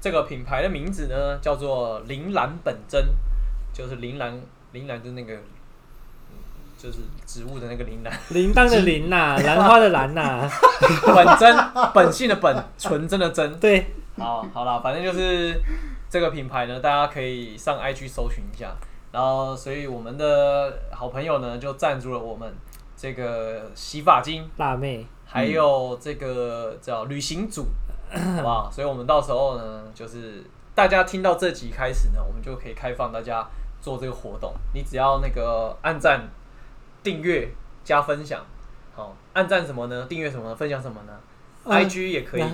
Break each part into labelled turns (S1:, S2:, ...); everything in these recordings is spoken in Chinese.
S1: 这个品牌的名字呢叫做铃兰本真，就是铃兰，铃兰就是那个，嗯就是植物的那个铃兰，
S2: 铃铛的铃呐、兰花的兰呐、
S1: 本 真本性的本，纯真的真。
S2: 对，
S1: 好，好啦，反正就是这个品牌呢，大家可以上 IG 搜寻一下。然后，所以我们的好朋友呢，就赞助了我们这个洗发精，
S2: 辣妹，
S1: 还有这个叫旅行 组，好不好？所以我们到时候呢，就是大家听到这集开始呢，我们就可以开放大家做这个活动。你只要那个按赞、订阅、加分享，好，按赞什么呢？订阅什么呢？分享什么呢、
S2: 嗯
S3: 呃
S1: i g 也可以
S2: 那。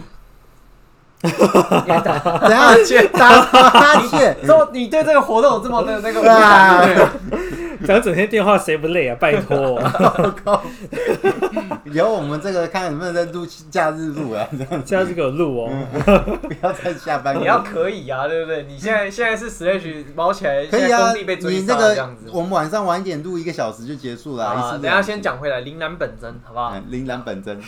S3: 等一下去打哈欠，
S1: 说你对这个活动有这么的那个无
S3: 啊
S1: 感，对不
S2: 讲整天电话谁不累啊？拜 托，
S3: 以后我们这个看能不能再录假日录啊，这样子
S2: 下次给我录哦。
S1: 嗯
S3: 不要再下
S1: 对
S3: 班了。
S1: 你要可以啊，对不对？你现在现在是 slash 毛起来，
S3: 嗯可
S1: 现
S3: 以
S1: 在
S3: 啊，
S1: 工地被追
S3: 你
S1: 杀
S3: 那
S1: 这样
S3: 个
S1: 子。
S3: 我们晚上晚一点录一个小时就结束了啊，一
S1: 啊，
S3: 次
S1: 等
S3: 录
S1: 一下先讲回来，林南本真好不好？
S3: 嗯铃兰本真，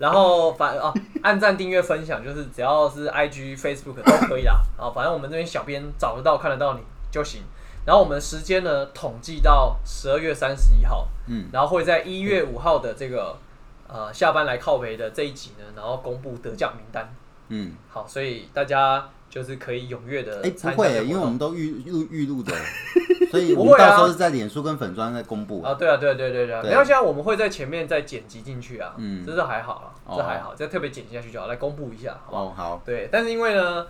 S1: 然后反哦，按赞、订阅、分享，就是只要是 IG、Facebook 都可以啦。啊，反正我们这边小编找得到、看得到你就行。然后我们的时间呢，统计到十二月三十一号，
S3: 嗯，
S1: 然后会在一月五号的这个呃下班来靠北的这一集呢，然后公布得奖名单。
S3: 嗯，
S1: 好，所以大家就是可以踊跃的
S3: 哎，不
S1: 参加
S3: 会
S1: 这个
S3: 耶，
S1: 活
S3: 因为我
S1: 动
S3: 们都预录预录的，所以
S1: 不
S3: 我们
S1: 会啊
S3: 到时候是在脸书跟粉砖在公布
S1: 啊，。对啊，对啊对啊对啊对啊，
S3: 对
S1: 没关系啊，我们会在前面再剪辑进去啊，
S3: 嗯
S1: 这是还好啦，
S3: 哦
S1: 这还好，再特别剪辑下去就好，来公布一下，好不好？
S3: 哦，好，
S1: 对，但是因为呢，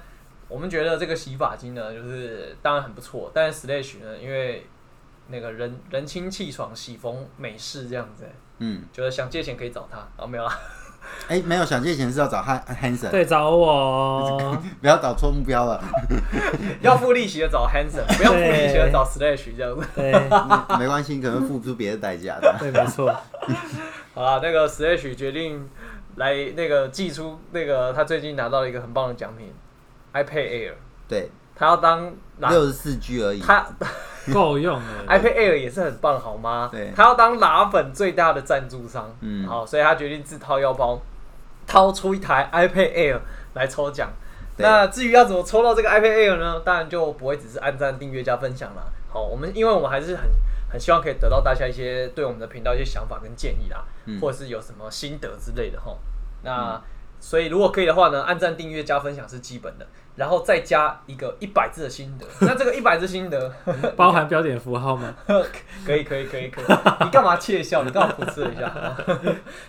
S1: 我们觉得这个洗发精呢，就是当然很不错，但是 Slash 呢，因为那个人人清气爽，喜逢美式这样子、
S3: 嗯，
S1: 觉得想借钱可以找他，啊没有 啦，
S3: 哎，没有，想借钱是要找汉汉森，
S2: 对，找我 哦，
S3: 不要找错目标了，
S1: 要付利息的找 Hanson，不要付利息的找 Slash 这样子。
S2: 对
S3: 嗯没关系，可能付不出别的代价的。
S2: 对，没错，
S1: 好啦，那个 Slash 决定来那个寄出那个他最近拿到了一个很棒的奖品，iPad Air，
S3: 对，
S1: 他要当喇
S3: 六十四 G 而已。
S1: 他
S2: 够用了。
S1: iPad Air 也是很棒，好吗？
S3: 对
S1: 他要当拉粉最大的赞助商，
S3: 嗯
S1: 好，所以他决定自掏腰包，掏出一台 iPad Air 来抽奖。
S3: 对
S1: 那至于要怎么抽到这个 iPad Air 呢？当然就不会只是按赞、订阅加分享啦。好，我们因为我们还是很很希望可以得到大家一些对我们的频道一些想法跟建议啦，
S3: 嗯
S1: 或者是有什么心得之类的哈。那、所以如果可以的话呢，按赞、订阅、加分享是基本的，然后再加一个一百字的心得。那这个一百字心得，
S2: 包含标点符号吗？
S1: 可以可以可以可以，你干嘛窃笑？你干嘛噗嗤了一下？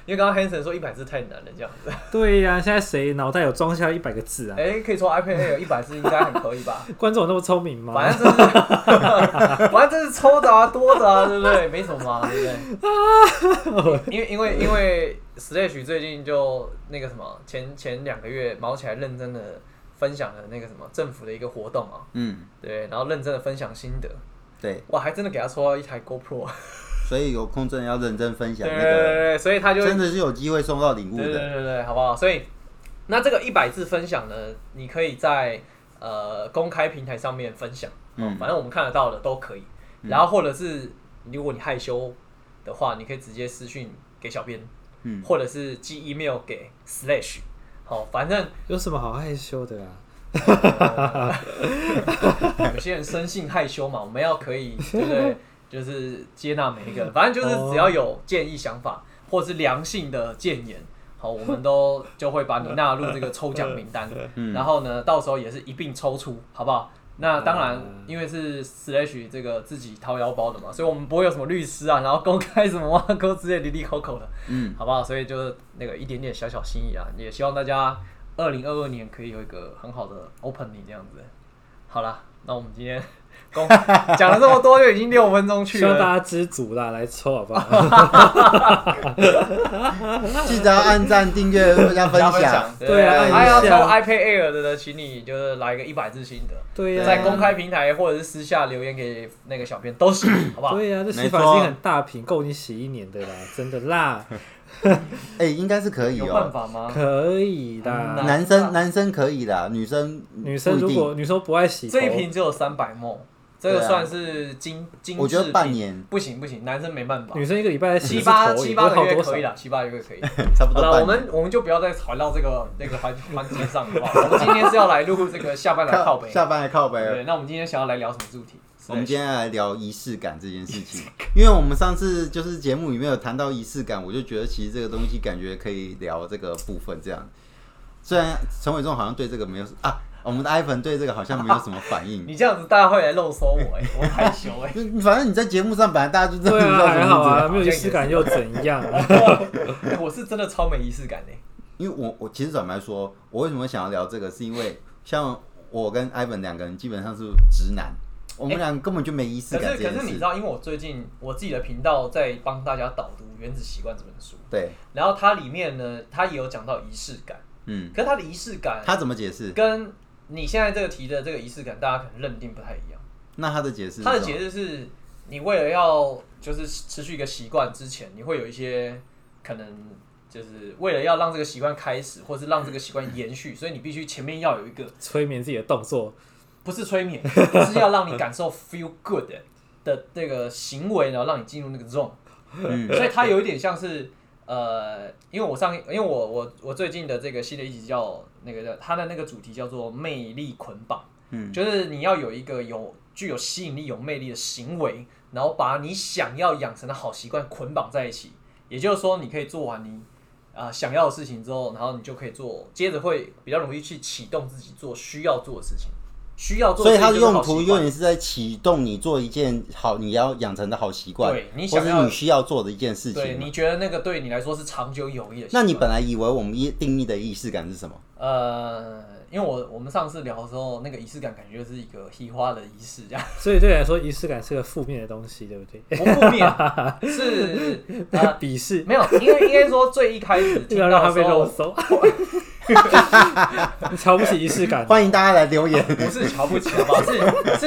S1: 因为刚刚 Hanson 说一百字太难了，这样子。
S3: 啊
S2: 对呀、现在谁脑袋有装下一百个字啊？
S1: 哎、可以说 iPad Air 一百字应该很可以 吧？
S2: 观众有那么聪明吗？
S3: 啊
S1: 反正这是，反正这是 抽的啊，多的啊，对不对？没什么嘛，对不对？ 因为因为因为 Slash 最近就那个什么，前前两个月毛起来认真的分享了那个什么政府的一个活动啊，
S3: 嗯，
S1: 对，然后认真的分享心得，
S3: 对，
S1: 哇，还真的给他抽到一台 GoPro，
S3: 所以有空真的要认真分享
S1: 对
S3: 那
S1: 对对
S3: 个，
S1: 对，所以他就
S3: 真的是有机会送到礼物
S1: 对对
S3: 的。
S1: 对对，好不好？所以那这个一百字分享呢，你可以在呃公开平台上面分享，哦
S3: 嗯
S1: 反正我们看得到的都可以。然后或者是如果你害羞的话，你可以直接私讯给小编，
S3: 嗯，
S1: 或者是寄 email 给 slash。好，反正、
S2: 有什么好害羞的啊？
S1: 呃 有些人生性害羞嘛，我们要可以对不对？就是接纳每一个人，反正就是只要有建议、想法，或是良性的建言，好，我们都就会把你纳入这个抽奖名单。
S3: 嗯
S1: 然后呢，到时候也是一并抽出，好不好？那当然
S2: 嗯，
S1: 因为是 Slash 这个自己掏腰包的嘛，所以我们不会有什么律师啊，然后公开什么挖沟之类里里口口的，
S3: 嗯，
S1: 好不好？所以就是那个一点点小小心意啊，也希望大家二零二二年可以有一个很好的 opening 这样子。好啦，那我们今天公讲了这么多，就已经六分钟去
S2: 希望
S1: 了。
S2: 大家知足啦，来抽好 不好？
S3: 记得要按赞、订阅、加分享。
S1: 对
S2: 对啊
S1: 还要
S2: 按
S1: 抽
S2: 一下
S1: iPad Air 的呢，请你就是来个一百字心得。
S2: 对啊呀、
S1: 在公开平台或者是私下留言给那个小编都行，好不好？
S2: 对呀、这洗
S3: 没
S2: 发
S3: 错
S2: 精很大瓶，够你洗一年的啦，真的 啦，
S3: 哎，应该是可以
S1: 有办
S3: 哦。
S1: 法吗？
S2: 可以啊
S1: 嗯
S2: 啦。
S3: 男生男生可以的，女生
S2: 女生
S3: 不
S2: 如
S3: 一定
S2: 果女生不爱洗头
S1: 这，一瓶只有三百梦，这个
S3: 对啊
S1: 算是精精致。
S3: 我觉得半年
S1: 不行不行，男生没办法，
S2: 女生一个礼拜才洗一
S1: 七
S2: 次
S1: 八
S2: 头也
S1: 七
S2: 不会
S1: 八个
S2: 好
S1: 月
S2: 多
S1: 可以
S2: 少
S1: 了，七八个月可以。
S3: 差
S1: 好
S3: 不多
S1: 了，我
S3: 半年。
S1: 们我们就不要再谈到这个那个环环节上了，好不好？我 们今天是要来录这个下半来靠北。
S3: 下班来靠北了。
S1: 对，那我们今天想要来聊什么主题？
S3: 我们今天来聊仪式感这件事情，因为我们上次就是节目里面有谈到仪式感，我就觉得其实这个东西感觉可以聊这个部分这样。虽然陈伟忠好像对这个没有啊，我们的 iPhone 对这个好像没有什么反应。
S1: 你这样子大家会来漏搜我、哎，我害羞哎、
S3: 就反正你在节目上本来大家就知道
S2: 对
S3: 你知
S2: 啊，
S3: 道什
S2: 还
S3: 么
S2: 好
S3: 名字
S2: 啊，
S3: 了，
S2: 没有仪式感又怎样？啊
S1: 哎 我是真的超没仪式感哎、
S3: 因为我我其实坦白说，我为什么想要聊这个，是因为像我跟 Ivan 两个人基本上是直男，我们俩根本就没仪式
S1: 可
S3: 感
S1: 是
S3: 这件
S1: 可是你知
S3: 事。
S1: 道，因为我最近我自己的频道在帮大家导读《原子习惯》这本书，
S3: 对，
S1: 然后它里面呢，它也有讲到仪式感，
S3: 嗯，
S1: 可是它的仪式感
S3: 他怎么解释？
S1: 跟你现在这个题的这个仪式感，大家可能认定不太一样。
S3: 那他的解释是什么？
S1: 它的解释是，你为了要就是持续一个习惯之前，你会有一些可能就是为了要让这个习惯开始，或是让这个习惯延续，所以你必须前面要有一个
S2: 催眠自己的动作，
S1: 不是催 眠，是要让你感受 feel good 的的那个行为，然后让你进入那个 zone。
S3: 嗯
S1: 所以它有一点像是呃，因为我上一，因为我我我最近的这个系列一集叫那个叫它的那个主题叫做魅力捆绑，
S3: 嗯
S1: 就是你要有一个有具有吸引力、有魅力的行为，然后把你想要养成的好习惯捆绑在一起。也就是说，你可以做完你啊、呃想要的事情之后，然后你就可以做，接着会比较容易去启动自己做需要做的事情。需要做
S3: 所
S1: 的
S3: 以
S1: 事情
S3: 它
S1: 就
S3: 的
S1: 是好
S3: 用
S1: 习惯，
S3: 途有点是在启动你做一件好你要养成的好习惯，
S1: 对你
S3: 或
S1: 想
S3: 是
S1: 要
S3: 你需要做的一件事
S1: 对，
S3: 情嘛。
S1: 你觉得那个对你来说是长久有益的习惯？
S3: 那你本来以为我们一定义的仪式感是什么？
S1: 呃，因为我我们上次聊的时候，那个仪式感感觉就是一个嘻花的仪式， 这样
S2: 所以对你来说，仪式感是个负面的东西，对不 对？
S1: 不负面是呃
S2: 鄙视，
S1: 没有，因为应该说最一开始
S2: 不
S1: 听
S2: 要让
S1: 到
S2: 他
S1: 的
S2: 被
S1: 时
S2: 肉
S1: 候，
S2: 搜。 你瞧不起仪式感，
S3: 欢迎大家来 留言。
S1: 不是瞧不起好不好？是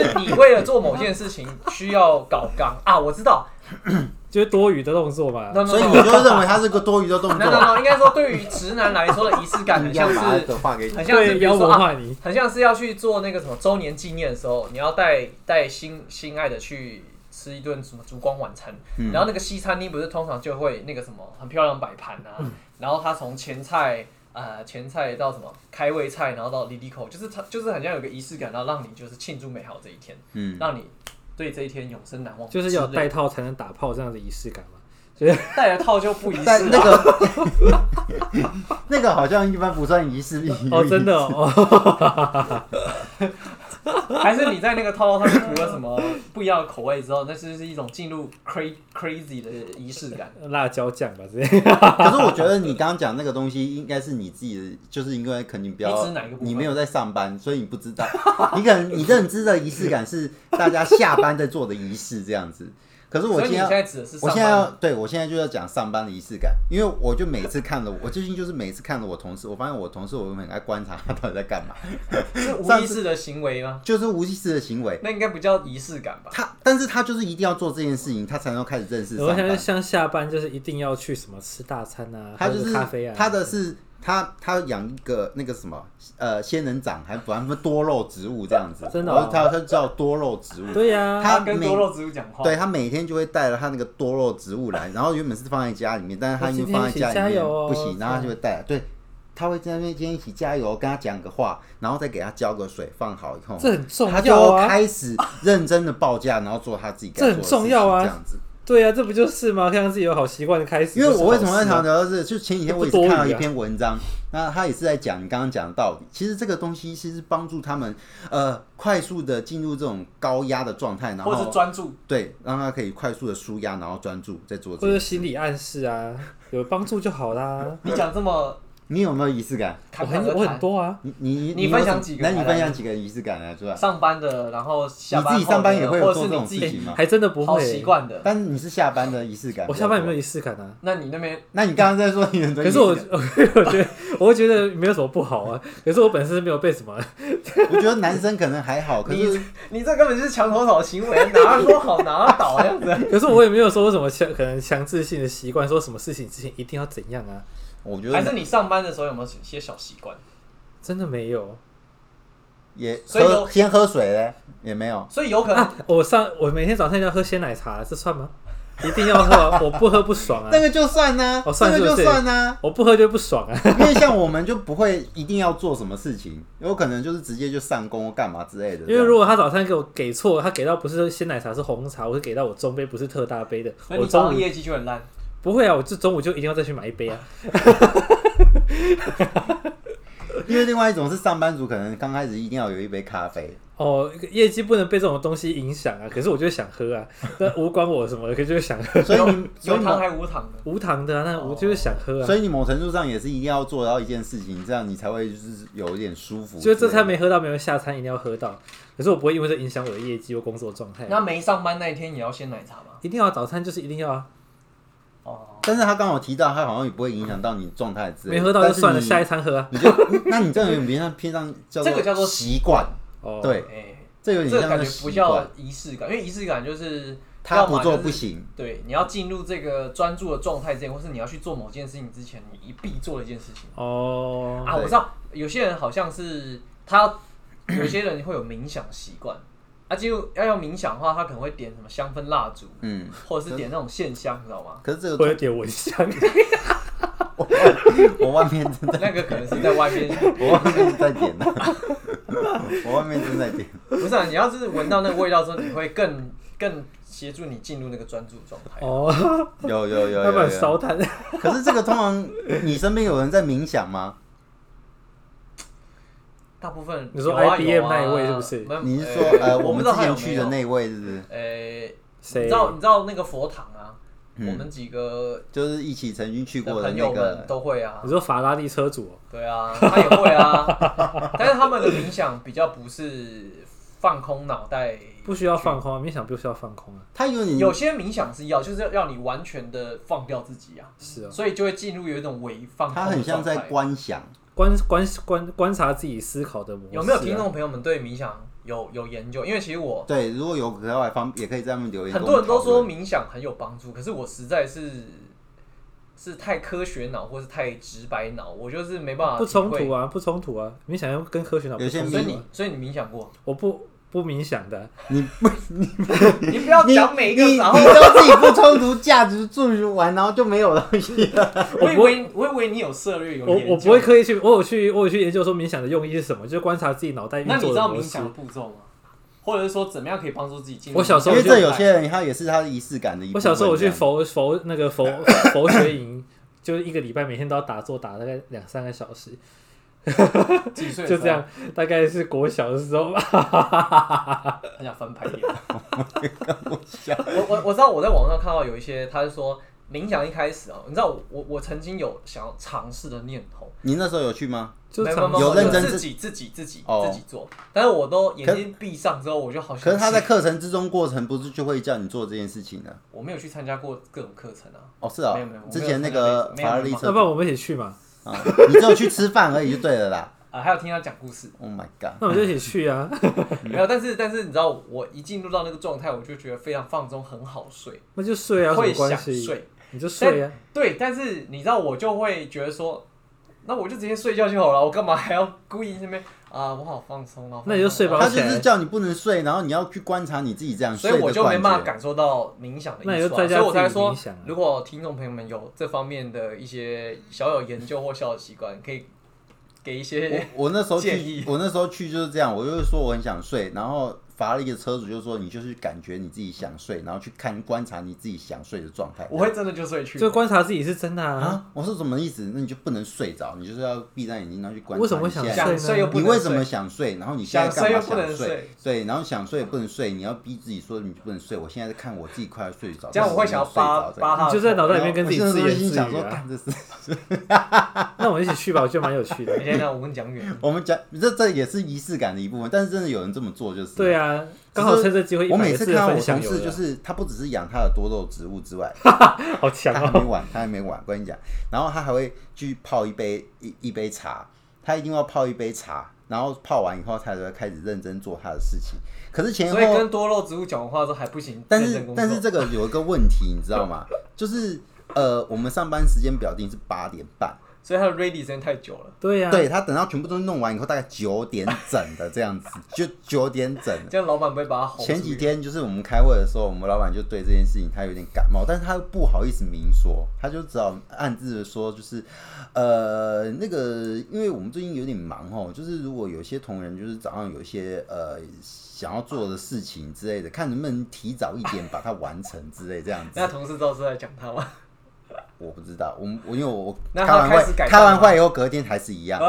S1: 是你为了做某件事情需要搞刚啊，我知道，
S2: 就是多余的动作嘛。
S1: 那
S3: 所以你就认为它是个多余的动
S1: 那那
S3: 作，
S1: 那应该说对于直男来说的仪式感，很
S3: 你要
S1: 像
S3: 把
S1: 是
S3: 的话给
S1: 很像是
S2: 对，
S1: 比
S2: 妖
S1: 如说
S2: 魔
S1: 啊，
S2: 化你，
S1: 很像是要去做那个什么周年纪念的时候，你要带带心心爱的去吃一顿什么烛光晚餐，
S3: 嗯
S1: 然后那个西餐厅不是通常就会那个什么很漂亮摆盘啊，然后它从前菜呃前菜到什么开胃菜，然后到 l i l 口，就是它就是很像有个仪式感，然后让你就是庆祝美好这一天，
S3: 嗯，
S1: 让你对这一天永生难忘之
S2: 就
S1: 类的，
S2: 是要有带套才能打炮这样的仪式感嘛。
S1: 带了套就不 仪式
S3: 但
S1: 了
S3: 那。个 那个好像一般不算仪式。
S2: 哦，真的哦，
S1: 还是你在那个套套上面涂了什么不一样的口味之后，那就是一种进入 cra crazy 的仪式感。
S2: 哦辣椒酱吧，之类的。
S3: 可是我觉得你刚刚讲那个东西，应该是你自己的，就是因为肯定比
S1: 你
S3: 较
S1: 指哪一个部分
S3: 你没有在上班，所以你不知道。 你可能你认知的仪式感是大家下班在做的仪式这样子。可是我
S1: 所以
S3: 今
S1: 你
S3: 天要
S1: 现在指的是上
S3: 我
S1: 班
S3: 现在要对我现在就要讲上班的仪式感，因为我就每次看了我，我最近就是每次看了我同事，我发现我同事我很爱观察他到底在干嘛，
S1: 是无
S3: 上
S1: 意
S3: 次
S1: 识的行为吗？
S3: 就是无意识的行为。
S1: 那应该不叫仪式感吧？
S3: 他，但是他就是一定要做这件事情，他才能够开始认识上
S2: 我想
S3: 班。
S2: 像下班就是一定要去什么吃大餐啊，
S3: 他
S2: 喝
S3: 就
S2: 个
S3: 是
S2: 咖啡啊，
S3: 他的是他他养一个那个什么呃仙人掌，还反正多肉植物这样子，
S2: 真的哦
S3: 然后他他叫多肉植物，
S2: 对呀、
S3: 他
S1: 跟
S3: 每
S1: 多肉植物讲话，
S3: 对他每天就会带了他那个多肉植物来，然后原本是放在家里面，但是他因为放在
S2: 我今
S3: 家
S2: 天一起加
S3: 里面
S2: 油哦
S3: 不行，然后他就会带来，对，他会在那边今天一起加油，跟他讲个话，然后再给他浇个水，放好以后，
S2: 这很重
S3: 他就
S2: 要
S3: 会
S2: 啊，
S3: 开始认真的报价，然后做他自己该
S2: 这
S3: 做
S2: 很
S3: 的事
S2: 重
S3: 情，
S2: 要啊
S3: 这样子。
S2: 对呀、这不就是吗？看让自己有好习惯的开始。
S3: 因为我为什么
S2: 要
S3: 会常常聊到这？就前几天我也是看到一篇文章，那他也是在讲你刚刚讲的道理。其实这个东西其实帮助他们呃快速的进入这种高压的状态，然
S1: 或者是
S3: 后
S1: 专注。
S3: 对让他可以快速的舒压，然后专注在做这
S2: 或
S3: 个
S2: 者。心理暗示啊，有帮助就 好啦。
S1: 你讲这么
S3: 你有没有仪式感？
S2: 我
S1: 侃侃
S2: 很
S1: 而
S2: 我很
S1: 谈，
S2: 多啊，
S3: 你你
S1: 你
S3: 有
S1: 分享
S3: 什么
S1: 几个
S3: 那
S1: 来
S3: 你
S1: 来
S3: 分
S1: 来
S3: 享几个仪式感啊，是吧？
S1: 上班的，然后下班
S3: 你自己上班也会有
S1: 或者是
S3: 做这
S1: 你
S3: 种
S1: 自
S3: 事
S1: 己
S3: 情吗？
S2: 还真的不
S1: 好
S2: 会、
S1: 习惯的。
S3: 但是你是下班的仪式感，
S2: 我下班有没有
S3: 有？
S2: 仪式感啊？
S1: 那你那边
S3: 那你刚刚在说你很多
S2: 可
S3: 仪式
S2: 是我，
S3: 感，
S2: 我觉得，我 会觉得没有什么不好啊。可是我本身没有被什么，
S3: 我觉得男生可能还好，可是
S1: 你这根本就是墙头草行 为，哪说好哪倒这样子。
S2: 可是我也没有说什么强，可能强制性的习惯，说什么事情之前一定要怎样啊，
S3: 我觉
S1: 还
S3: 得
S1: 是你上班的时候有没有一些小习惯？
S2: 真的没有。
S3: 也
S1: 所以
S3: 喝
S1: 有
S3: 先喝水嘞，也没有。
S1: 所以有可能
S2: 啊，我上我每天早上要喝鲜奶茶，这算吗？一定要喝啊，我不喝不 爽啊
S3: 那，个就算呢、
S2: 哦算
S3: 这个
S2: 是不
S3: 就是算啊呢、
S2: 我不喝就不爽啊。
S3: 因为像我们就不会一定要做什么事情，有可能就是直接就上工或干嘛之类的。
S2: 因为如果他早餐给我给错，他给到不是鲜奶茶是红茶，我是给到我中杯不是特大杯的，
S1: 所以
S2: 我
S1: 你早
S2: 中
S1: 上
S2: 午
S1: 业绩就很烂。
S2: 不会啊，我就中午就一定要再去买一杯啊。
S3: 因为另外一种是上班族，可能刚开始一定要有一杯咖啡。
S2: 哦，业绩不能被这种东西影响啊，可是我就想喝 啊，那无关我什么的，可是就是想喝
S3: 所以你，所
S1: 有
S3: 以
S1: 糖
S3: 某，
S1: 还无糖的，
S2: 无糖的啊，那我就是想喝啊，
S3: 所以你某程度上也是一定要做到一件事情，这样你才会就是有一点舒服之
S2: 就
S3: 类的。
S2: 是这餐没喝到，没有下餐一定要喝到，可是我不会因为这影响我的业绩或工作状态。啊
S1: 那没上班那一天也要先奶茶吗？
S2: 一定要啊早餐就是一定要啊，
S1: 哦，
S3: 但是他刚好提到，他好像也不会影响到你状态之类的。
S2: 没喝到就算了，
S3: 但是
S2: 下一餐喝啊。
S3: 你你就 那你这种有点偏向偏向叫做
S1: 这个叫做
S3: 习惯，
S2: 哦，
S3: 对
S1: 哎，
S3: 这有
S1: 这
S3: 点
S1: 个
S3: 像
S1: 感
S3: 是
S1: 觉
S3: 习
S1: 不
S3: 惯
S1: 叫，仪式感，因为仪式感就是
S3: 他
S1: 要
S3: 不
S1: 么
S3: 做
S1: 就是
S3: 不行。
S1: 对，你要进入这个专注的状态之前，或是你要去做某件事情之前，你一必做的一件事情
S2: 哦，
S1: 啊。
S3: 对
S1: 我知道有些人好像是他，有些人会有冥想习惯啊，就要要冥想的话，他可能会点什么香氛蜡烛，
S3: 嗯，
S1: 或者是点那种线香，你知道吗？
S3: 可是这
S2: 我有
S3: 个
S2: 点蚊 香。
S3: 我外面真的，
S1: 那个可能是在外面，
S3: 我外面正在点的， 我外面正在点。
S1: 不是、啊、你要是闻到那个味道之后，你会更更协助你进入那个专注状态。
S2: 哦，
S3: 有有有
S2: 要不
S3: 有
S2: 然
S3: 有。
S2: 烧炭。
S3: 可是这个通常，你身边有人在冥想吗？
S1: 大部分
S2: 你说
S1: 有啊
S2: IBM
S1: 有啊
S2: 那一位是不是
S1: 没有
S3: 你是说，
S1: 呃，我
S3: 呃，我
S1: 不
S3: 们
S1: 知道
S3: 之
S1: 他有
S3: 前
S1: 没有
S3: 去的那位是不是？
S1: 呃，你
S2: 谁
S1: 知？道你知道那个佛堂啊，
S3: 嗯
S1: 我们几个
S3: 就是一起曾经去
S1: 的
S3: 过的
S1: 朋
S3: 那
S1: 友们
S3: 个，
S1: 都会啊
S2: 你，说法拉利车主哦？
S1: 对啊，他也会啊，但是他们的冥想比较不是放空脑袋，
S2: 不需要放空啊，冥想不需要放空啊。
S3: 他有你
S1: 有些冥想是要，就是要让你完全的放掉自己啊，
S2: 是啊，
S1: 所以就会进入有一种微放空的
S3: 他很像在
S1: 状态
S3: 观想，
S2: 观观观观察自己思考的模式啊。
S1: 有没有听众朋友们对冥想有有研究？因为其实我
S3: 对，如果有可爱方也可以在他们留言。
S1: 很多人都说，冥想很有帮助，可是我实在是是太科学脑或是太直白脑，我就是没办法
S2: 不冲
S1: 体
S2: 突
S1: 会。
S2: 啊，不冲突啊，冥想要跟科学脑不
S3: 有些
S2: 冲突
S1: 所
S2: 啊
S1: 以
S3: 迷
S1: 你所以你冥想 过？
S2: 我不不冥想的，
S1: 你不要
S3: 你
S1: 讲每一
S3: 你
S1: 个，然后
S3: 你知道自己不冲突价值注入完，然后就没有了。
S1: 我以为我以为你有涉略有
S2: 我
S1: 研究
S2: 我不会。刻意去，我有去我有去研究说冥想的用意是什么，就是观察自己脑袋运
S1: 那你
S2: 作
S1: 知
S2: 的
S1: 道
S2: 模
S1: 冥
S2: 式
S1: 想。的步骤吗？或者是说怎么样可以帮助自己进入？
S2: 我小时
S3: 因
S2: 候
S3: 为
S2: 就
S3: 这有些人他也是他的仪式感的一部
S2: 我
S3: 分。
S2: 小时候我去
S3: 这样
S2: 佛佛那 个佛佛学营，就是一个礼拜每天都要打坐打大概两三个小时，
S1: 几岁的时
S2: 就
S1: 候
S2: 这样，大概是国小的时候吧。
S1: 很想翻白眼。我我我知道我在网上看到有一些，他是说冥想一开始哦，你知道我我我曾经有想要尝试的念头，
S3: 你那时候有去 吗？
S2: 就
S1: 没
S2: 常
S1: 没
S3: 有
S1: 没
S3: 认真
S1: 自
S3: 自
S1: 己自己自己
S3: 哦
S1: 自己做，但是我都眼睛闭上之后，我就好
S3: 可
S1: 像
S3: 是他在课程之中过程不是就会叫你做这件事情的？
S1: 我没有去参加过各种课程啊，
S3: 哦，是啊
S1: 没有没有，我没有
S3: 之前那个
S1: 没有
S3: 法拉利
S2: 要
S3: 车
S2: 呃不然我们一起去嘛？
S3: 啊，你只有去吃饭而已就对了啦。
S1: 啊，还有听他讲故事，
S3: Oh my god！
S2: 那我们就一起去啊，
S1: 没有，但是但是你知道，我一进入到那个状态，我就觉得非常放松，很好睡，
S2: 那就睡啊，有什
S1: 会
S2: 么
S1: 想
S2: 关系？
S1: 睡，
S2: 你就睡啊，
S1: 对，但是你知道，我就会觉得说，那我就直接睡觉就好了，我干嘛还要故意那边啊？我好放松啊，
S2: 那你就睡吧
S3: 他就是叫你不能睡，然后你要去观察你自己这样
S1: 所
S3: 睡
S1: 以
S3: 的
S1: 我就没办法
S3: 感觉。
S1: 感受到冥想的
S2: 那
S1: 因素、
S2: 你就
S1: 啊，所
S2: 在
S1: 以
S2: 家
S1: 我才
S2: 自己
S1: 说
S2: 冥想啊，
S1: 如果听众朋友们有这方面的一些小有研究或小有习惯，可以给一些
S3: 我我那时候
S1: 建议。
S3: 去，我那时候去就是这样，我就是说我很想睡，然后法拉利的车主就说你就是感觉你自己想睡，然后去看观察你自己想睡的状态
S1: 我会真的就睡去。
S2: 就观察自己是真的啊。
S3: 啊，我说什么意思？那你就不能睡着，你就是要闭上眼睛，然后去观察
S2: 为什么会
S3: 你现在
S2: 想
S1: 想睡又不
S3: 你
S1: 能
S3: 为什么想睡？然后你现在
S1: 想睡
S3: 干嘛
S1: 又不能
S3: 想
S1: 睡？
S3: 对，然后想睡也不能睡，你要逼自己说你不能睡。我现在在看我自己快要睡着，
S1: 这样我会想要扒
S3: 但是我没有睡着这样
S1: 扒他的头，
S2: 你就在脑袋里面跟自己自
S3: 然后我
S2: 言
S3: 现在
S2: 自
S3: 心想
S2: 语
S3: 说，
S2: 啊。
S3: 干这是
S2: 那我们一起去吧，我觉得蛮有趣 的
S1: 你。先让我跟你讲远，
S3: 我们讲这这也是仪式感的一部分，但是真的有人这么做就是。
S2: 对啊，刚好趁这机会，
S3: 我每次
S2: 次
S3: 看到
S2: 分
S3: 我
S2: 享
S3: 同
S2: 有啊
S3: 事
S2: 了
S3: 就是他不只是养他的多肉植物之外，
S2: 好强
S3: 他还
S2: 哦。
S3: 没晚，他还没晚，我跟你讲，然后他还会去泡一杯一一杯茶，他一定要泡一杯茶，然后泡完以后，他才会开始认真做他的事情。可是前
S1: 所以
S3: 后，
S1: 跟多肉植物讲话的时候还不行，
S3: 但
S1: 认
S3: 是
S1: 真工作
S3: 但是这个有一个问题，你知道吗？就是呃，我们上班时间表定是八点半，
S1: 所以他的 ready 时间太久了，
S2: 对啊呀、
S3: 对他等到全部都弄完以后，大概九点整的这样子，就九点整。
S1: 这样老板不会把他吼。
S3: 前几，天就是我们开会的时候，我们老板就对这件事情他有点感冒，但是他又不好意思明说，他就只好暗自的说，就是呃那个，因为我们最近有点忙哦，就是如果有些同仁就是早上有一些呃想要做的事情之类的，看能不能提早一点把它完成之类这样子
S1: 那。同事知道是在讲他吗？
S3: 我不知道，我们我因为我
S1: 那
S3: 开
S1: 他
S3: 完
S1: 开始
S3: 会
S1: 改善
S3: 开完
S1: 吗
S3: 会以后隔天还是一 样，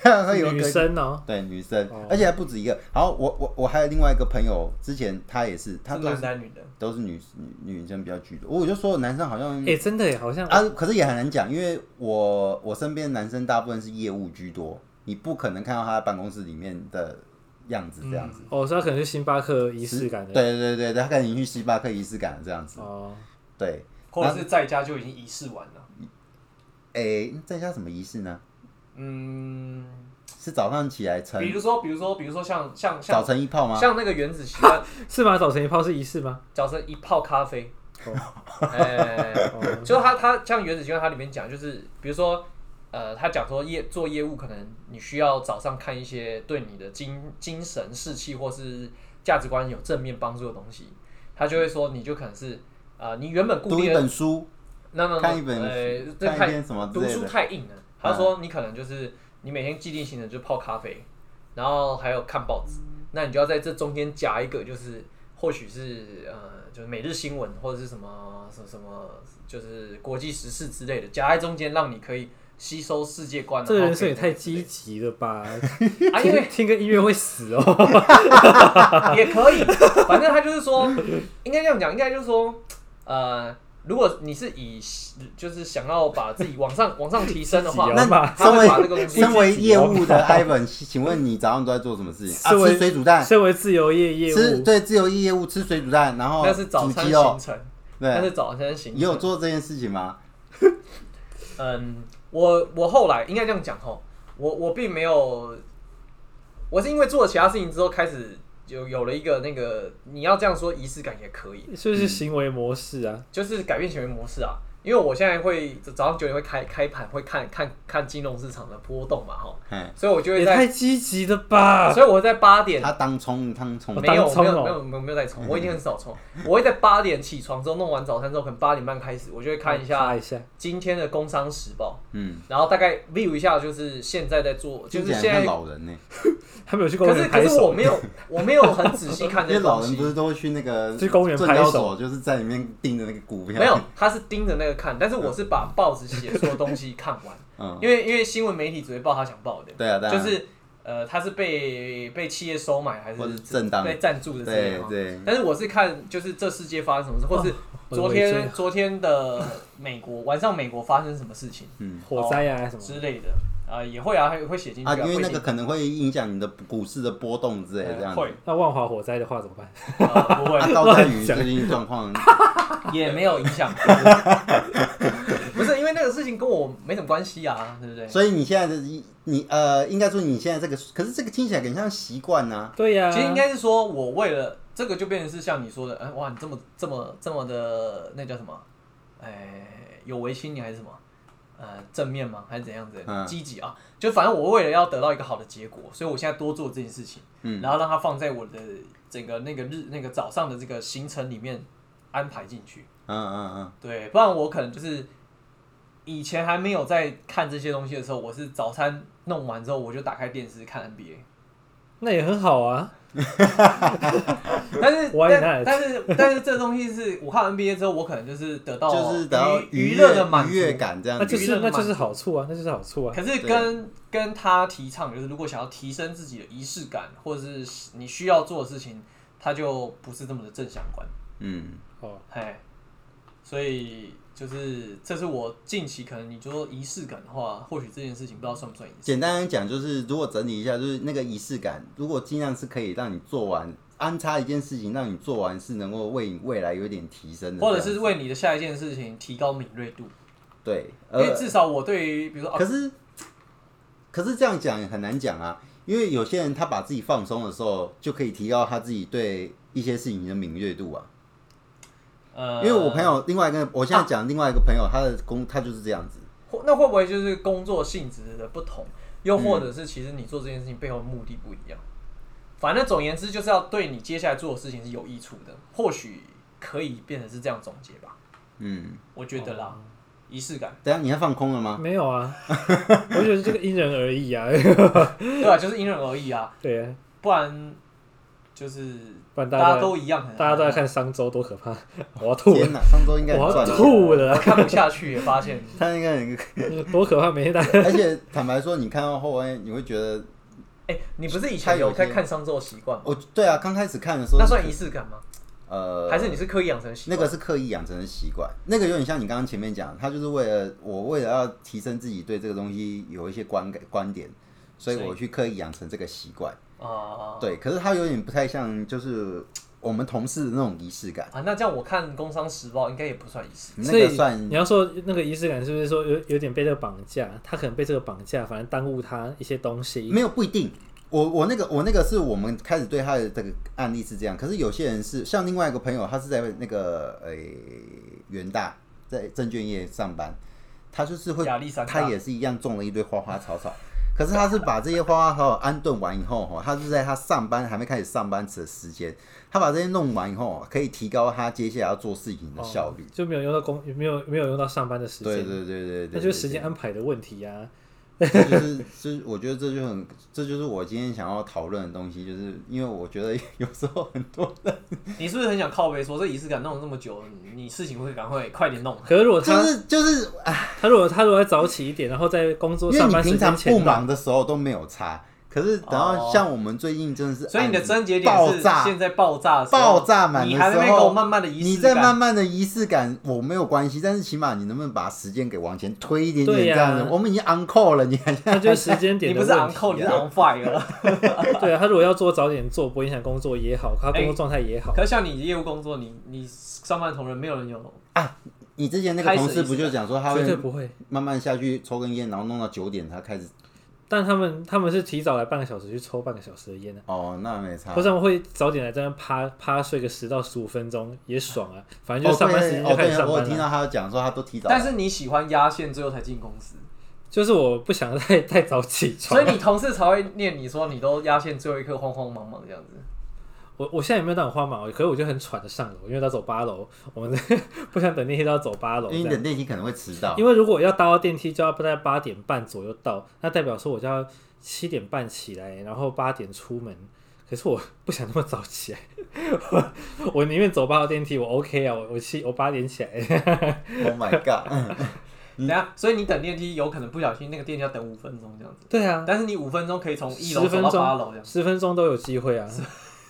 S3: 开完会以后隔
S2: 女
S3: 天
S2: 生哦、
S3: 对女生
S2: 哦，
S3: 而且还不止一个。然后我我我还有另外一个朋友，之前他也是，他
S1: 是
S3: 都
S1: 男
S3: 是
S1: 的还是女的？
S3: 都是女女女生比较居多。我就说男生好像
S2: 哎、真的耶，好像、
S3: 嗯啊，可是也很难讲，因为我我身边男生大部分是业务居多，你不可能看到他在办公室里面的样子这样子。
S2: 哦，所以他可能是星巴克仪式感的，，
S3: 对对对对，他可能已经去星巴克仪式感了这样子。
S2: 哦，
S3: 对，
S1: 或者是在家就已经仪式完了？
S3: 哎，在家什么仪式呢？
S1: 嗯，
S3: 是早上起来
S1: 比
S3: 晨
S1: 如说，比如说，比如说像像像
S3: 早晨一泡吗？
S1: 像那个原子习惯，
S2: 是吗？早晨一泡是仪式 吗？
S1: 早晨一泡咖啡
S2: 哦。
S1: 哎，
S2: 哦，
S1: 就是他他像原子习惯，它里面讲就是，比如说，呃，他讲说业做业务，可能你需要早上看一些对你的精精神士气或是价值观有正面帮助的东西，他就会说你就可能是呃，你原本固
S3: 读
S1: 定
S3: 一
S1: 的
S3: 本书，
S1: 那么
S3: 看一本
S1: 呃，这
S3: 看一
S1: 太
S3: 篇什么之
S1: 读
S3: 类
S1: 书
S3: 的。嗯
S1: 太硬了。他说你可能就是你每天既定行程就泡咖啡，然后还有看报纸，那你就要在这中间夹一个，就是或许是呃，就是每日新闻或者是什么什么什么，就是国际时事之类的，夹在中间，让你可以吸收世界观。
S2: 这个
S1: 然后
S2: 人生也
S1: 可以
S2: 太积极了 吧！
S1: 啊，因为啊
S2: 听听个音乐会死哦。
S1: 也可以，反正他就是说， 应该这样讲，应该就是说，呃。如果你是以就是想要把自己往上往上提升的话
S2: 自，己
S3: 那
S2: 摇吧
S1: 他
S3: 身
S1: 会把这个
S3: 为
S1: 东西
S3: 身为业务的 Ivan，请问你早上都在做什么事情？啊，
S2: 身为
S3: 吃水煮蛋，
S2: 身为自由业业
S3: 吃
S2: 务，
S3: 对自由业务吃水煮蛋，然后
S1: 那是早
S3: 哦煮
S1: 餐
S3: 鸡
S1: 行
S3: 肉，
S1: 程，那
S3: 对，
S1: 是早餐行程。
S3: 你有做这件事情吗？
S1: 嗯，我我后来应该这样讲吼，我我并没有，我是因为做了其他事情之后开始有有了一个那个你要这样说仪式感也可以，
S2: 就是行为模式啊。
S1: 就是改变行为模式啊。因为我现在会早上九点会开开盘，会看看看金融市场的波动嘛，哈，
S3: 嘿，
S1: 所以我就会
S2: 也
S1: 在，
S2: 太积极了吧！
S1: 所以我在八点
S3: 他当冲当冲
S2: 我
S1: 没有
S2: 当冲
S1: 没有
S2: 哦
S1: 没有没有没有在冲，我已经很少冲，我会在八点起床之后弄完早餐之后，可能八点半开始，我就会看一下
S2: 嗯查一下，
S1: 今天的《工商时报》，
S3: 嗯，
S1: 然后大概 view 一下，就是现在在做，就
S3: 听起
S1: 是
S3: 来
S1: 现
S3: 很
S1: 在
S3: 像老人呢，
S2: 他们有去公
S1: 可是
S2: 园拍
S1: 可是我
S2: 手，
S1: 没有我没有很仔细看
S3: 因
S1: 这
S3: 为
S1: 个
S3: 老
S1: 东
S3: 人不
S1: 西，
S3: 是都会去那个
S2: 去公园
S3: 证
S2: 拍
S3: 交
S2: 手
S3: 所，就是在里面盯着那个股票，
S1: 没有，，他是盯着那个看，但是我是把报纸写所有东西看完，
S3: 嗯，
S1: 因为因为新闻媒体只会报他想报的，
S3: 对啊，对啊，
S1: 就是呃他是被被企业收买还
S3: 或
S1: 是
S3: 是正当
S1: 被赞助的之类
S3: 对
S1: 的吗。
S3: 对，
S1: 但是我是看就是这世界发生什么事，或是
S2: 我
S3: 哦
S1: 昨
S2: 我也
S1: 天
S2: 是
S1: 昨天的美国晚上美国发生什么事情
S3: 嗯
S2: 火灾啊什么，
S1: 之类的啊、也会啊，还会写进去
S3: 啊，因为
S1: 会
S3: 那
S1: 写
S3: 个可能会影响你的股市的波动之类的这样子。
S1: 会、
S2: 那万华火灾的话怎么办？
S1: 啊 不会
S3: 啊，高嘉宇最近状 况，
S1: 也没有影响，啊 不是因为那个事情跟我没什么关系啊，对不对？
S3: 所以你现在的你呃，应该说你现在这个，可是这个听起来很像习惯啊呐。
S2: 对呀，
S1: 其实应该是说我为了这个就变成是像你说的，哎、哇，你这么这么这么的那叫什么？哎、有为青年还是什么？呃，正面吗？还是怎样子？
S3: 嗯
S1: 积极啊，就反正我为了要得到一个好的结果，所以我现在多做这件事情，
S3: 嗯
S1: 然后让它放在我的整个那个日那个早上的这个行程里面安排进去。
S3: 嗯嗯嗯，
S1: 对，不然我可能就是以前还没有在看这些东西的时候，我是早餐弄完之后我就打开电视看 NBA，
S2: 那也很好啊。
S1: 但是
S2: Why
S1: 但
S2: not？
S1: 但是但是这东西是我看 NBA 之后，我可能就是得到
S3: 就是得到
S1: 哦娱
S3: 娱
S1: 乐
S3: 乐
S1: 的满
S3: 愉
S1: 足，
S3: 悦感这样
S2: 那
S3: 子。
S2: 就
S1: 娱
S2: 是
S1: 乐的
S2: 那
S1: 满
S2: 就是好处啊，那就是好处 啊。
S1: 可是跟跟他提倡，就是如果想要提升自己的仪式感，或者是你需要做的事情，他就不是这么的正相关。
S3: 嗯，
S2: 哦，
S1: 嘿，所以就是这是我近期可能你说仪式感的话，或许这件事情不知道算不算仪式。
S3: 简单来讲就是，如果整理一下，就是那个仪式感，如果尽量是可以让你做完，安插一件事情，让你做完是能够为你未来有点提升的这
S1: 或
S3: 样
S1: 者
S3: 子，
S1: 是为你的下一件事情提高敏锐度，
S3: 对，
S1: 因
S3: 呃
S1: 为，至少我对于比如说
S3: 可
S1: 啊，
S3: 是可是这样讲也很难讲啊，因为有些人他把自己放松的时候，就可以提高他自己对一些事情的敏锐度啊。
S1: 呃，
S3: 因为我朋友另外一个，我现在讲另外一个朋友，他的工他就是这样子，
S1: 或那会不会就是工作性质的不同，又或
S3: 嗯
S1: 者是其实你做这件事情背后的目的不一样？反正总而言之，就是要对你接下来做的事情是有益处的，或许可以变成是这样总结吧，
S3: 嗯，
S1: 我觉得
S2: 哦
S1: 啦，仪式感，
S3: 等一下你还放空了吗？
S2: 没有啊，我觉得这个因人而异啊。
S1: 对啊，就是因人而异啊，
S2: 对啊，
S1: 不然就是
S2: 不然
S1: 大
S2: 大家
S1: 家
S2: 都
S1: 都一样，很
S2: 大家都在看商周，多可怕！ 我要吐了，
S3: 天哪，上周应该
S2: 我
S3: 很
S2: 要
S3: 赚钱
S2: 吐了
S1: 我， 看不下去，也发现
S3: 他应该很，
S2: 多可怕！每天大家
S3: 而且坦白说，你看到后面你会觉得，
S1: 哎、你不是以前有在看商周的习惯吗？
S3: 哦，对啊，刚开始看的时候，
S1: 那算仪式感吗？
S3: 呃，
S1: 还是你是刻意养成习
S3: 那
S1: 惯？
S3: 个是刻意养成的习惯，那个有点像你刚刚前面讲，他就是为了我为了要提升自己对这个东西有一些观感观点，所以
S1: 所以
S3: 我去刻意养成这个习惯。
S1: 啊、
S3: 对，可是它有点不太像，就是我们同事的那种仪式感，
S1: 啊，那这样我看《工商时报》应该也不算仪式。
S3: 那
S2: 所以
S3: 个算
S2: 你要说那个仪式感，是不是说有有点被这个绑架？他可能被这个绑架，反而耽误他一些东西。
S3: 没有不一定。我我那个我那个是我们开始对他的这个案例是这样，可是有些人是像另外一个朋友，他是在那个诶、元大在证券业上班，他就是会
S1: 亚历山大
S3: 他也是一样种了一堆花花草草，可是他是把这些花花草草安顿完以后，哈，他是在他上班还没开始上班的时间，他把这些弄完以后，可以提高他接下来要做事情的效率。
S2: 就没有用到工，没有没有用到上班的哦时
S3: 对
S2: 间，
S3: 对对对对，
S2: 那
S3: 对
S2: 就是时间安排的问题啊呀、
S3: 这就是，就是我觉得这就很，这就是我今天想要讨论的东西，就是因为我觉得有时候很多，
S1: 你是不是很想靠背说这仪式感弄了这么久，你事情会赶快快点弄？
S2: 可是如果
S3: 就
S2: 他
S3: 是就是，啊
S2: 他如果他如果要早起一点，然后在工作
S3: 因为
S2: 上
S3: 你
S2: 班时
S3: 平
S2: 间
S3: 常
S2: 前
S3: 不
S2: 到
S3: 忙的时候都没有差，可是然
S1: 哦
S3: 后像我们最近真的是，哎
S2: 哦
S1: 所以你的症结点
S3: 爆
S1: 是
S3: 炸，
S1: 现在爆炸的时候
S3: 爆炸满
S1: 你
S3: 的
S1: 还
S3: 时
S1: 没给
S3: 候，
S1: 我慢慢的仪式感，
S3: 你在慢慢的仪式感，我没有关系，但是起码你能不能把时间给往前推一点点
S2: 对
S3: 这
S2: 呀
S3: 样子？我们已经 on call 了，你还
S2: 那就是时 间
S1: 你
S2: 点的
S1: 不
S2: 问
S1: 是
S2: 题、
S3: 啊
S1: on call，你是 on fire 了。
S2: 对啊，他如果要做早点做，不会影响工作也好，他工作状态也好，
S1: 哎可是像你业务工作，你你上班同仁没有人有，
S3: 你之前那个同事不就讲说他
S2: 绝对
S3: 会
S2: 不会。
S3: 慢慢下去抽根烟，然后弄到九点他开始
S2: 但他们他们是提早来半个小时去抽半个小时的烟啊，
S3: 哦，那没差
S2: 或。者他们会早点来这边趴趴睡个十到十五分钟也爽啊，反正就是上班时间
S3: 哦
S2: 就开
S3: 对
S2: 始上
S3: 我有
S2: 班
S3: 听
S2: 了。
S3: 到他有讲说他都提早来，
S1: 但是你喜欢压线，最后才进公 司，
S2: 就是我不想 太太早起床
S1: 所，以你同事才会念你说你都压线最后一刻慌慌忙忙这样子。
S2: 我我现在也没有到很慌忙，可是我就很喘的上楼，因为要走八楼，我们 不想等电梯都要走八哦楼这
S3: 因为你
S2: 样。
S3: 的电梯可能会迟到，
S2: 因为如果要搭到电梯，就要在八点半左右到，那代表说我就要七点半起来，然后八点出门。可是我 不想那么早起来，我我宁愿走八号电梯，我 OK 啊，我我七我八点 起来，
S3: Oh my god！嗯
S1: 等一下，所以你等电梯有可能不小心那个电梯要等五分钟这样子，
S2: 对啊，
S1: 但是你五分钟可以从一
S2: 十
S1: 楼走
S2: 分
S1: 到八楼这
S3: 啊
S2: 钟
S1: 样。
S2: 十分钟都有机会啊，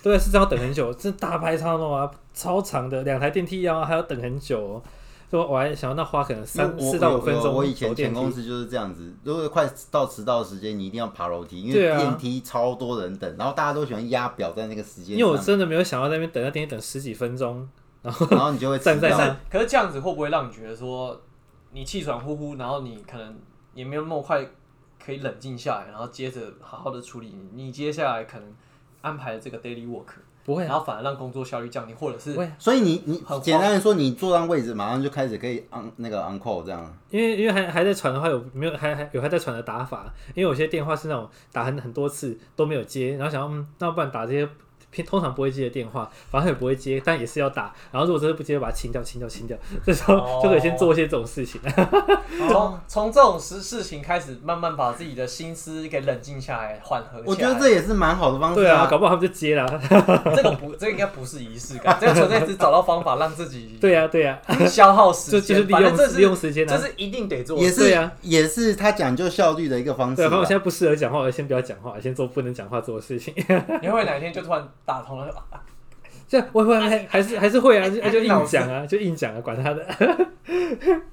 S2: 对啊，是这要等很久，这大排长龙啊，超长的，两台电梯要还要等很久、哦，所以我还想要那花可能 三
S3: 因为我
S2: 四到五分
S3: 我
S2: 钟
S3: 我以前
S2: 走电
S3: 前公
S2: 梯，
S3: 司就是这样子，如果快到迟到的时间，你一定要爬楼梯，因为
S2: 对啊
S3: 电梯超多人等，然后大家都喜欢压表在那个时间
S2: 因为我
S3: 上，
S2: 真的没有想要在那边等，那电梯等十几分钟，
S3: 然后你就会迟
S2: 站在
S3: 到
S2: 那。
S1: 可是这样子会不会让你觉得说，你气喘呼呼，然后你可能也没有那么快可以冷静下来，然后接着好好的处理你接下来可能安排的这个 daily work，
S2: 不会啊，
S1: 然后反而让工作效率降低，或者是
S2: 不会啊。
S3: 所以你你
S1: 很慌
S3: 简单的说，你坐上位置，马上就开始可以 on 那个 on call 这样。
S2: 因为因为还还在传的话，有没有还还有还在传的打法？因为有些电话是那种打很很多次都没有接，然后想要嗯，那不然打这些平通常不会接的电话，反正也不会接，但也是要打。然后如果真的不接，把它清掉、清掉、清掉，这时
S1: 哦
S2: 候就可以先做一些这种事情。啊
S1: 从从这种事事情开始，慢慢把自己的心思给冷静下来，缓和下来。
S3: 我觉得这也是蛮好的方式
S2: 对啊，搞不好他们就接了。
S1: 这个不，这个应该不是仪式感，这个纯粹是找到方法让自己
S2: 对啊，对啊，
S1: 消耗时
S2: 就
S1: 间，
S2: 就是利
S1: 反正
S2: 用
S1: 这是
S2: 利用时间
S1: 这
S2: 啊。
S1: 是一定得做的
S3: 也
S1: 事。
S3: 是
S2: 对啊
S3: 也是他讲究效率的一个方
S2: 对啊，反
S3: 式
S2: 正我
S3: 吧。
S2: 现在不适合讲话，我先不要讲话，先做不能讲话做的事情。
S1: 你会不会哪一天就突然打通了？啊
S2: 这样我会还还是还是会啊，就就
S1: 脑
S2: 硬
S1: 子
S2: 讲啊，就硬讲啊，管他的。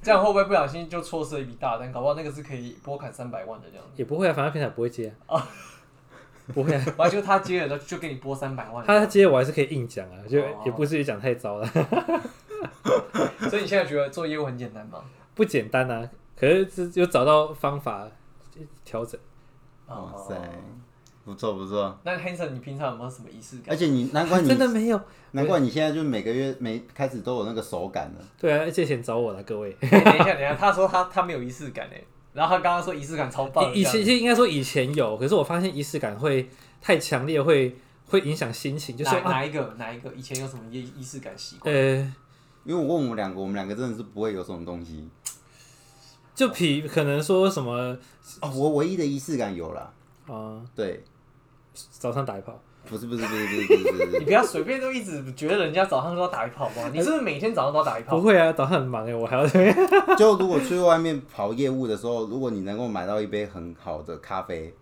S1: 这样会不会不小心就错失了一笔大单？搞不好那个是可以拨款三百万的这样。
S2: 也不会啊，反正平常不会接啊。不会啊，
S1: 完就他接了，就给你拨三百万。
S2: 他接我还是可以硬讲啊，就
S1: 哦
S2: 也不至于讲太糟了，啊
S1: 所以你现在觉得做业务很简单吗？
S2: 不简单啊。可是这有找到方法调整，
S3: 哇塞，不错不错。
S1: 哦那 Hanson，你平常有没有什么仪式感？
S3: 而且你难怪你
S2: 啊真的没有。
S3: 难怪你现在就每个月每开始都有那个手感了。
S2: 对啊，借钱找我了，各位。
S1: 欸等一下，等一下，他说他他没有仪式感哎，然后他刚刚说仪式感超棒的，
S2: 以以
S1: 这样
S2: 前其实应该说以前有，可是我发现仪式感会太强烈，会会影响心情，就是
S1: 哪
S2: 啊，
S1: 哪一个哪一个以前有什么仪仪式感习惯？
S2: 呃，
S3: 因为我问我们两个，我们两个真的是不会有什么东西。
S2: 就比可能说什么
S3: 哦，我唯一的仪式感有啦，
S2: 啊、
S3: 对，
S2: 早上打一炮，
S3: 不是不是不是不是不是不是不
S1: 你
S3: 是，
S1: 不要随便都一直觉得人家早上都要打一炮
S3: 哎
S1: 吧？你是不是每天早上都要打一
S2: 不
S1: 炮？
S2: 会啊，早上很忙哎，我还要
S3: 就如果去外面跑业务的时候，如果你能够买到一杯很好的咖啡，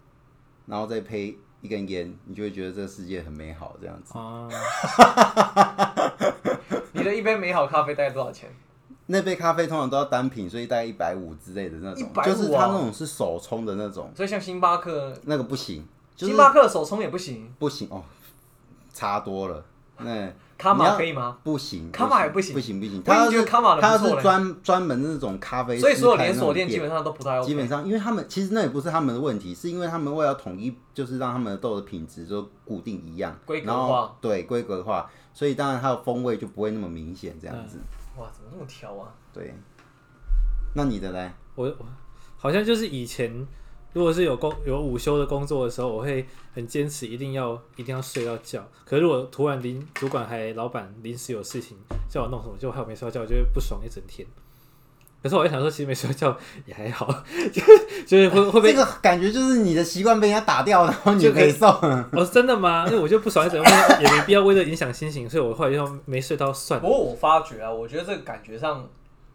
S3: 然后再配一根烟，你就会觉得这个世界很美好这样子。
S2: 啊，
S1: 你的一杯美好咖啡大概多少钱？
S3: 那杯咖啡通常都要单品，所以大概一百五之类的那种，
S1: 150
S3: 就是它
S1: 啊
S3: 那种是手冲的那种，
S1: 所以像星巴克，
S3: 那个不行，就是
S1: 星巴克手冲也不行，
S3: 不行哦，差多了。那
S1: 卡
S3: 你
S1: 玛
S3: 要
S1: 可以吗？
S3: 不行，
S1: 卡玛也
S3: 不
S1: 不行
S3: 不行不行，
S1: 我已经
S3: 它
S1: 觉得
S3: 是
S1: 卡玛的
S3: 它
S1: 不错
S3: 是
S1: 嘞
S3: 专专门那种咖啡师
S1: 所
S3: 开
S1: 以所有连
S3: 的那种，
S1: 锁店基本上都不太 OK。
S3: 基本上，因为他们其实那也不是他们的问题，是因为他们为了统一，就是让他们的豆的品质就固定一样，
S1: 规格
S3: 然后
S1: 化，
S3: 对规格化，所以当然它的风味就不会那么明显，这样子，
S1: 哇，怎么那么挑啊？
S3: 对。那你的嘞？
S2: 我我好像就是以前如果是有工有午休的工作的时候，我会很坚持一定要一定要睡到觉。可是如果突然临主管还老板临时有事情叫我弄什么，就害我没睡到觉，我就会不爽一整天。可是我在想说，其实没睡到觉也还好， 就是就是会会被
S3: 这个感觉就是你的习惯被人家打掉，然后你
S2: 就可以
S3: 没送。
S2: 哦，真的吗？因为我就不爽一整天，也没必要为了影响心情，所以我后来就没睡到算
S1: 不
S2: 了。
S1: 过我发觉啊，我觉得这个感觉上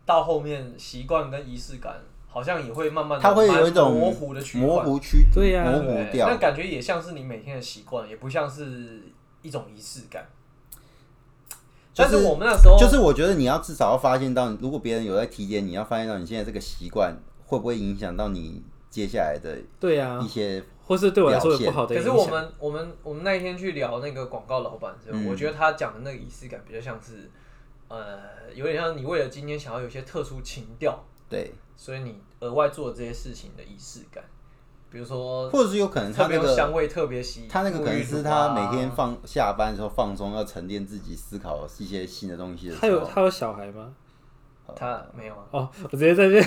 S1: 到后面习惯跟仪式感好像也会慢慢地
S3: 它会有一种
S1: 蛮模糊的区
S3: 模
S1: 块，
S3: 糊区，
S2: 对呀
S3: 模
S1: 对
S3: 糊掉
S1: 那。感觉也像是你每天的习惯，也不像是一种仪式感。
S3: 就
S1: 但
S3: 是
S1: 是我们那时候
S3: 就是我觉得你要至少要发现到，如果别人有在提点你，要发现到你现在这个习惯会不会影响到你接下来的
S2: 对呀、啊
S3: 一，些
S2: 或是对我来说有不好的
S1: 可
S2: 影
S1: 是
S2: 响。
S1: 我们我们我们那一天去聊那个广告老板的时候，
S3: 嗯
S1: 我觉得他讲的那个仪式感比较像是，呃，有点像你为了今天想要有一些特殊情调，
S3: 对，
S1: 所以你额外做这些事情的仪式感，比如说
S3: 或者是有可能
S1: 特
S3: 他那
S1: 别
S3: 个
S1: 有香味特别吸，
S3: 他那个可能是
S1: 沐浴乳啊
S3: 他每天放下班的时候放松，要沉淀自己思考一些新的东西的时
S2: 他有
S3: 候，
S2: 他有小孩吗？
S1: 他没有啊，
S2: 哦，我直接在这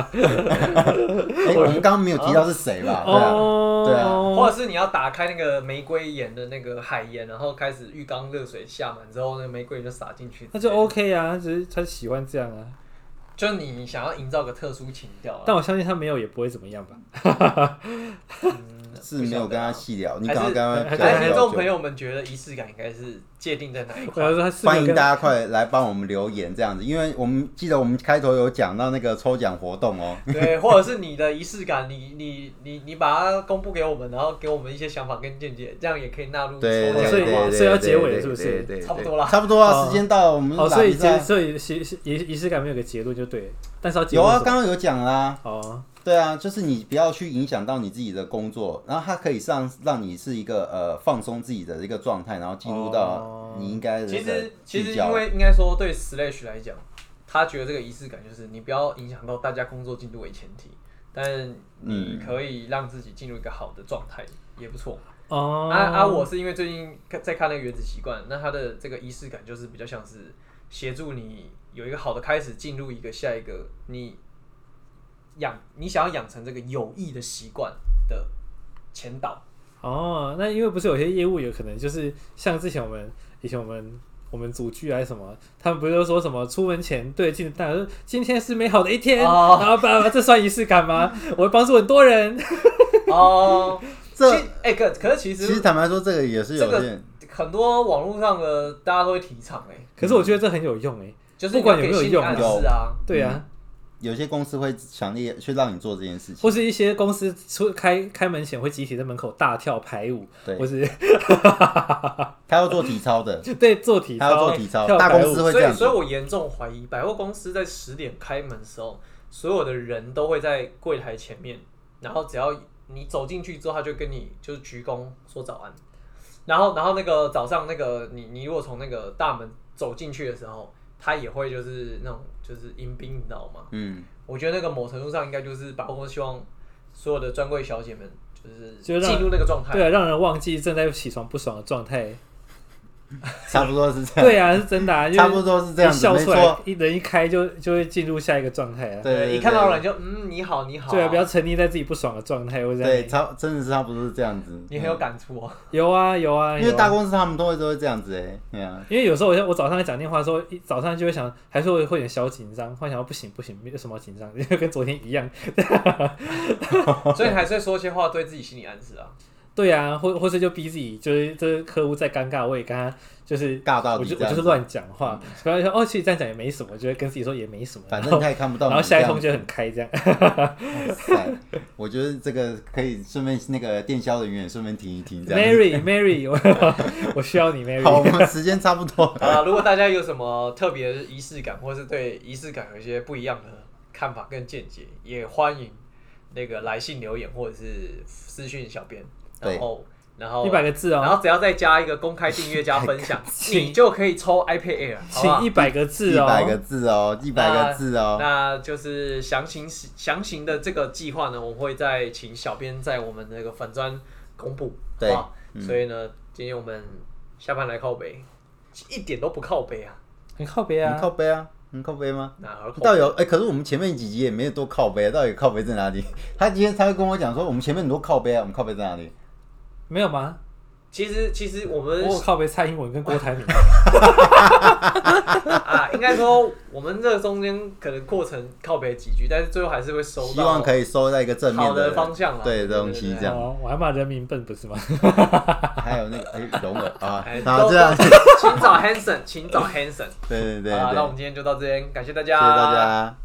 S3: 哎、我们刚刚没有提到是谁吧？对啊，
S2: 哦，
S3: 对啊
S1: 或者是你要打开那个玫瑰盐的那个海盐，然后开始浴缸热水下满之后，那个玫瑰就撒进去，
S2: 那就 OK 啊，他只是他喜欢这样啊。
S1: 就你想要营造个特殊情调啊，
S2: 但我相信他没有也不会怎么样吧。
S1: 嗯
S3: 是没有跟他细聊，你
S1: 还
S3: 刚
S1: 是
S3: 刚跟他
S2: 还
S3: 讲
S1: 来，
S2: 是
S1: 哎听众朋
S3: 聊久。
S1: 友们觉得仪式感应该是界定在哪一
S2: 我
S1: 块？
S2: 要啊说他是没
S3: 欢
S2: 有
S3: 迎
S2: 跟
S3: 大家快来帮我们留言这样子，因为我们记得我们开头有讲到那个抽奖活动哦、
S1: 对，或者是你的仪式感，你你你你把它公布给我们，然后给我们一些想法跟见解，这样也可以纳入抽
S3: 对对
S1: 奖
S2: 哦所以
S1: 的话
S3: 对，
S2: 所以要
S3: 对
S2: 结尾
S3: 对
S2: 是不是
S3: 对对对
S1: 差不多啦
S3: 差不多啊，
S2: 哦
S3: 时间到了，我们
S2: 哦，所以
S3: 懒
S2: 结
S3: 得再
S2: 所以仪式仪仪式感没有个结论就对，但是要结
S3: 有
S2: 论
S3: 啊，
S2: 是什
S3: 刚
S2: 么
S3: 刚有讲啦。
S2: 哦，
S3: 对啊，就是你不要去影响到你自己的工作，然后它可以让让你是一个呃放松自己的一个状态，然后进入到
S2: 哦
S3: 你应该的
S1: 其
S3: 那个
S1: 实其实
S3: 聚焦
S1: 因。为应该说对 Slash 来讲，他觉得这个仪式感就是你不要影响到大家工作进度为前提，但你可以让自己进入一个好的状态，也不错。
S2: 哦
S1: 啊啊！我是因为最近看在看那个《原子习惯》，那他的这个仪式感就是比较像是协助你有一个好的开始，进入一个下一个你养你想要养成这个有益的习惯的前导。
S2: 哦，那因为不是有些业务有可能就是像之前我们以前我们我们组剧还是什么，他们不是都说什么出门前对镜子大喊说今天是美好的一天，
S1: 哦
S2: 然后爸爸这算仪式感吗？我会帮助很多人。
S1: 哦，
S3: 这
S1: 其哎，可可是其
S3: 其
S1: 实
S3: 实坦白说，这个也是有
S1: 这个
S3: 点，
S1: 很多网络上的大家都会提倡哎、
S2: 可是我觉得这很有用哎、
S1: 就是
S2: 不管有
S1: 给
S2: 没有
S1: 心理
S2: 用
S1: 暗
S3: 有
S1: 示啊，
S2: 对啊，
S3: 有些公司会强烈去让你做这件事情。
S2: 或是一些公司出开开门前会集体在门口大跳排舞，
S3: 对
S2: 或是
S3: 他要做体操的，
S2: 对做体
S3: 他要
S2: 操哎
S3: 做体操
S2: 跳
S3: 大
S2: 排
S3: 公司
S2: 舞。
S3: 会
S1: 所
S3: 这样
S1: 以，
S3: 子
S1: 所以我严重怀疑百货公司在十点开门的时候，所有的人都会在柜台前面，然后只要你走进去之后，他就跟你就是鞠躬说早安，然后，然后那个早上那个你你如果从那个大门走进去的时候，他也会就是那种就是迎宾，你知道吗？
S3: 嗯，
S1: 我觉得那个某程度上应该就是百货公司希望所有的专柜小姐们就就是
S2: 就让
S1: 进入那个状态。
S2: 对啊，让人忘记正在起床不爽的状 态。
S3: 差不多 是这样，
S2: 对啊，是真的、啊，因为
S3: 差不多是这样
S2: 一
S3: 子，
S2: 笑
S3: 没
S2: 出来
S3: 错，，
S2: 一人一开就就会进入下一个状态了。
S3: 对对，
S1: 呃一看到人就嗯，你好，你好，
S2: 对啊，不要沉溺在自己不爽的状态，或者
S3: 对，差真的是差不多是这样子。
S1: 你很有感触 哦。
S2: 有啊有啊，
S3: 因为
S2: 有啊
S3: 大公司他们都会都会这样子哎，对啊，
S2: 因为有时候我我早上在讲电话的时候，一早上就会想，还是会会有点小紧张，会想到不行不行，没有什么好紧张，因为跟昨天一样。
S1: 所以你还是会说些话对自己心理暗示 啊。
S2: 对啊，或或是就逼自己，就是就是客户再尴尬，我也跟他就是
S3: 尬到
S2: 我
S3: 底
S2: 就
S3: 这
S2: 我
S3: 样
S2: 就是
S3: 子。嗯
S2: 乱讲话，然后就说哦，其实这样讲也没什么，就会跟自己说也没什么，
S3: 反
S2: 然
S3: 正
S2: 后
S3: 他也看不到你
S2: 然后
S3: 这
S2: 下一
S3: 样
S2: 通就很开这样。
S3: 哇塞， 我觉得这个可以顺便那个电销人员顺便停一停这样。
S2: Mary Mary，我我需要你
S3: 好，我
S2: Mary。
S3: 们时间差不多。
S1: 好啦，如果大家有什么特别的仪式感，或是对仪式感有一些不一样的看法跟见解，也欢迎那个来信留言或者是私讯小编，
S3: 对
S1: 然后然后
S2: 一百个字
S1: 然
S2: 哦，
S1: 后只要再加一个公开订阅加分 享，
S2: 请
S1: 你就可以抽 iPad Air，好不
S2: 请
S1: 好
S2: 一？百个字
S3: 一百个
S2: 哦，
S3: 字哦，一百个字哦，
S1: 那就是详情详情的这个计划呢，我们会再请小编在我们那个粉砖公布，
S3: 对嗯
S1: 好不好所以呢，今天我们下班来靠北，一点都不靠北啊，
S2: 很靠别
S3: 很
S2: 啊。
S3: 靠背啊，很靠背吗？
S1: 哪儿靠
S3: 到底有哎、可是我们前面几集也没有多靠背，啊到底靠背在哪里？他今天他会跟我讲说，我们前面很多靠背啊，我们靠背在哪里？
S2: 没有吗？
S1: 其实其实我们
S3: 哦
S2: 我靠别蔡英文跟郭台铭，
S1: 啊，应该说我们这中间可能过程靠北几句，但是最后还是会收到。
S3: 希望可以收在一个正面
S1: 好的
S3: 人
S1: 方向啦
S3: 对
S1: 对
S3: 东西
S1: 对
S3: 这样。
S2: 哦，我还骂人民笨不是吗？
S3: 还有那个哎，容耳啊
S1: 哎，
S3: 好
S1: 都
S3: 这样，
S1: 请找 Hanson，请找 Hanson。
S3: 对对对对，谢谢
S1: 好啦那我们今天就到这边，感谢大家，
S3: 大。家。